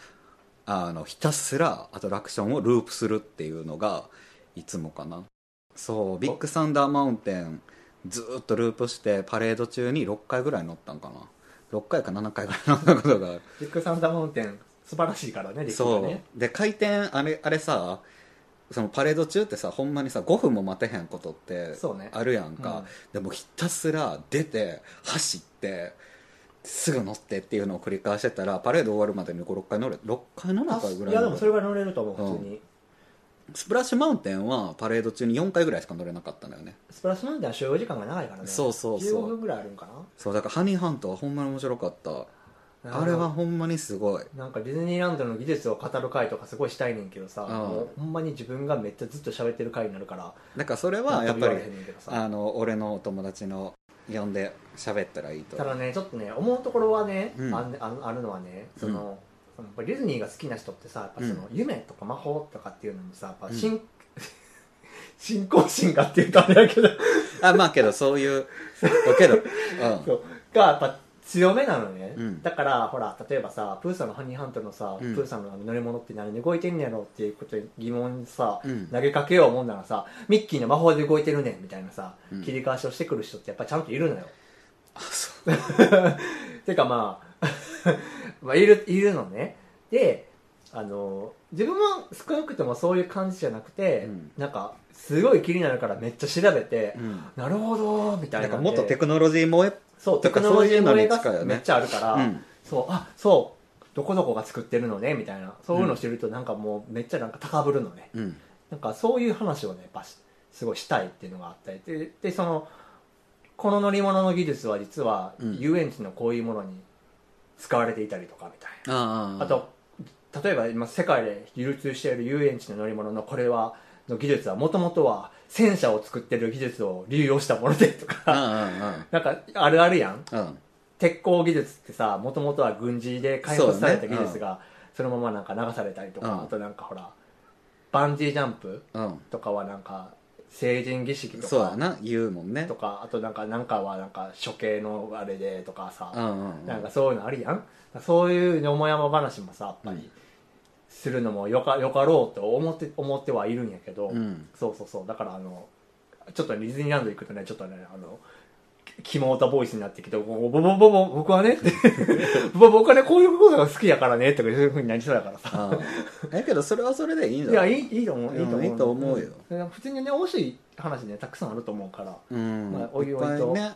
S1: あの、ひたすらアトラクションをループするっていうのが、いつもかな。そう、ビッグサンダーマウンテン、ずーっとループして、パレード中に6回ぐらい乗ったんかな。6回か7回ぐらい乗ったことがある。
S2: ビッグサンダーマウンテン素晴らしいからねリックが
S1: そ
S2: ね
S1: う。で、回転、あれ、あれさ、そのパレード中ってさ、ほんまにさ、5分も待てへんことって
S2: そうね
S1: あるやんか。
S2: うん
S1: でもひたすら出て、走って、すぐ乗ってっていうのを繰り返してたら、パレード終わるまでに5、6回乗れ、6回、7回ぐらい
S2: いやでもそ
S1: 乗れ
S2: れぐらい乗れると思う普通に、
S1: スプラッシュマウンテンはパレード中に4回ぐらいしか乗れなかったのよね。
S2: スプラッシュマウンテンは所要時間が長いからね
S1: そうそうそう
S2: 15分ぐらいあるんか
S1: そう、だからハニーハントはほんまに面白かった。
S2: な
S1: あれはほんまにすごい。
S2: なんかディズニーランドの技術を語る回とかすごいしたいねんけどさ、
S1: うん
S2: もうほんまに自分がめっちゃずっと喋ってる回になるから
S1: だからそれは
S2: な
S1: や
S2: ん
S1: っ
S2: とも
S1: ぱ
S2: 言
S1: り
S2: われへ、んねんけどさ
S1: あの、俺のお友達の呼んで喋ったらいいと
S2: た
S1: 思う。
S2: だねちょっとね思うところはね、
S1: うん
S2: あんあんあるのはねその、そのやっぱりディズニーが好きな人ってさやっぱその夢とか魔法とかっていうのもさやっぱ信、 [LAUGHS] 信仰心がっていうとあれやけど
S1: あまあけどそういうけど、うん、
S2: [LAUGHS] そうがやっぱ強めなのね、
S1: うん
S2: だからほら例えばさプーさんのハニーハントのさ、
S1: うん
S2: プーさんの乗り物って何で動いてんねやろっていうことに疑問にさ、
S1: うん
S2: 投げかけようもんならさミッキーの魔法で動いてるねんみたいなさ、
S1: うん
S2: 切り返しをしてくる人ってやっぱちゃんといるのよ
S1: あそう
S2: てかまあ [LAUGHS] まあいるいるのねであの自分も少なくともそういう感じじゃなくて、
S1: うん
S2: なんかすごい気になるからめっちゃ調べて、
S1: うん
S2: なるほどみたい
S1: な
S2: なんの
S1: か
S2: で
S1: もっとテクノロジーもえ
S2: そう、テ
S1: と
S2: ク
S1: か
S2: ノロジーの
S1: そうい
S2: 映
S1: うのに近いよ
S2: 画
S1: ね
S2: めっちゃあるから、
S1: うん
S2: そう、あ、そう、どこどこが作ってるのね、みたいな、そういうのを知るとなんかもうめっちゃなんか高ぶるのね。
S1: うん
S2: なんかそういう話をね、やっぱしすごいしたいっていうのがあったり。で、でその、この乗り物の技術は実は
S1: うん
S2: 遊園地のこういうものに使われていたりとかみたいな。
S1: ああ
S2: あと、例えば今世界で流通している遊園地の乗り物のこれは、の技術はもともとは戦車を作ってる技術を利用したもので
S1: う
S2: と
S1: ん
S2: か、
S1: うん
S2: なんかあるあるやん。
S1: うんうん
S2: 鉄鋼技術ってさもともとは軍事で開発された技術がそ,、のままなんか流されたりとか、
S1: うん
S2: あとなんかほらバンジージャンプ
S1: うん
S2: とかはなんか成人儀式と
S1: そうだ
S2: か
S1: な言うもんね
S2: とかあとなんかなんかはなんか処刑のあれでとかさ、
S1: うんうん
S2: なんかそういうのあるやんそういうよもやま話もさやっぱりするのもよかよかろうと思って思ってはいるんやけど、
S1: うん
S2: そうそうそうだからあのちょっとねディズニーランド行くとね、ちょっとね、あの、キモータボイスになってきて、ぼぼぼぼぼ僕はねって、 [LAUGHS] ぼ僕はね、こういうことが好きやからね、とかいうふうになりそうだからさ。
S1: ああだけどそれはそれでいいん
S2: い
S1: だ
S2: や、
S1: ろ
S2: いいいいと思う。いいと思う。
S1: うんいいと思うよ
S2: ん普通にね、惜しい話ね、たくさんあると思うから。
S1: うん、
S2: まあおいおいと
S1: っぱね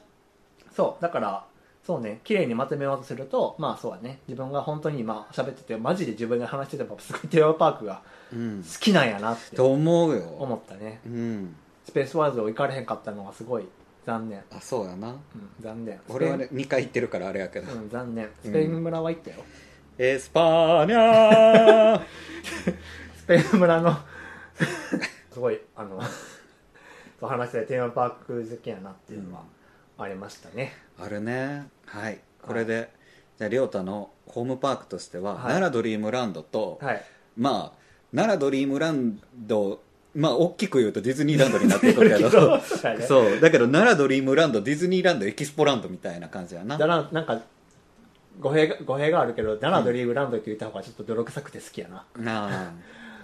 S2: そう、だから、そうね、綺麗にまとめようとすると、まあそうだね、自分が本当に今喋ってて、マジで自分で話してても、すごいテーマパークが
S1: うん
S2: 好、きなんやなって
S1: と思う
S2: 思
S1: よ、
S2: ったね。
S1: うん、
S2: スペースワールド行かれへんかったのがすごい残念。
S1: あそうやな
S2: うん、残念。
S1: 俺はね2回行ってるからあれやけど、
S2: うん、残念。スペイン村は行ったよ。
S1: エスパーニャ
S2: [LAUGHS]
S1: ー
S2: スペイン村の、 [LAUGHS] すごい、あの、そう話してたテーマパーク好きやなっていうのはありましたね。
S1: あれねはいこれで、じゃあ亮太のホームパークとしては、
S2: はい
S1: 奈良ドリームランドと、
S2: はい。
S1: まあ奈良ドリームランドまあ大きく言うとディズニーランドになっていくけど
S2: [LAUGHS] そうだ
S1: [LAUGHS]
S2: ね
S1: そうだけど奈良ドリームランドディズニーランドエキスポランドみたいな感じやな
S2: だななんか語弊が語弊があるけどダラドリームランドって言った方がちょっと泥臭くて好きやな
S1: なあ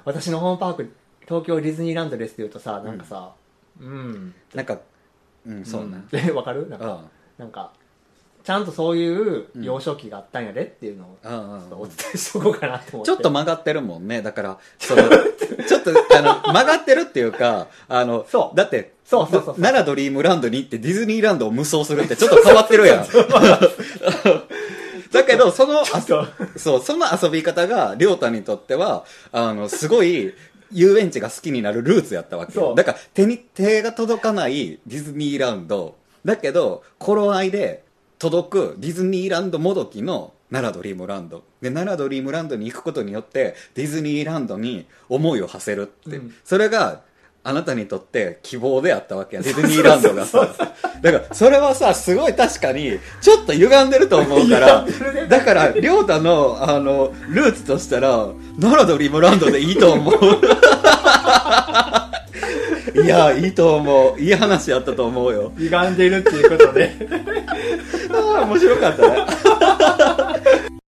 S2: 私のホームパーク東京ディズニーランドですって言うとさなんかさうん、
S1: なんかうんそうな、
S2: でわかるなん [LAUGHS]
S1: う
S2: か,、
S1: ん
S2: なんかちゃんとそういう幼少期があったんやでっていうのをち
S1: うんう
S2: ょっ
S1: ん
S2: と
S1: う
S2: お
S1: ん
S2: 伝えしとこうかなと思って
S1: ちょっと曲がってるもんねだから
S2: [LAUGHS]
S1: そのちょっとあの曲がってるっていうかあの
S2: そう
S1: だって
S2: そうそうそうそう
S1: 奈良ドリームランドに行ってディズニーランドを無双するってちょっと変わってるやん [LAUGHS] だけどその
S2: あそう
S1: [LAUGHS] そうその遊び方が亮太にとってはあのすごい遊園地が好きになるルーツやったわけ
S2: そ
S1: よ
S2: う
S1: だから手に手が届かないディズニーランドだけど頃合いで届くディズニーランドもどきの奈良ドリームランドで奈良ドリームランドに行くことによってディズニーランドに思いを馳せるって、
S2: うん
S1: それがあなたにとって希望であったわけやディズニーランド
S2: [LAUGHS]
S1: がさだからそれはさすごい確かにちょっと歪んでると思うから
S2: 歪んでるね
S1: だから亮太のあのルーツとしたら奈良ドリームランドでいいと
S2: [LAUGHS]
S1: 思ういやいいと思ういい話やったと思うよ
S2: 歪んでるっていうことで
S1: ああ面白かったね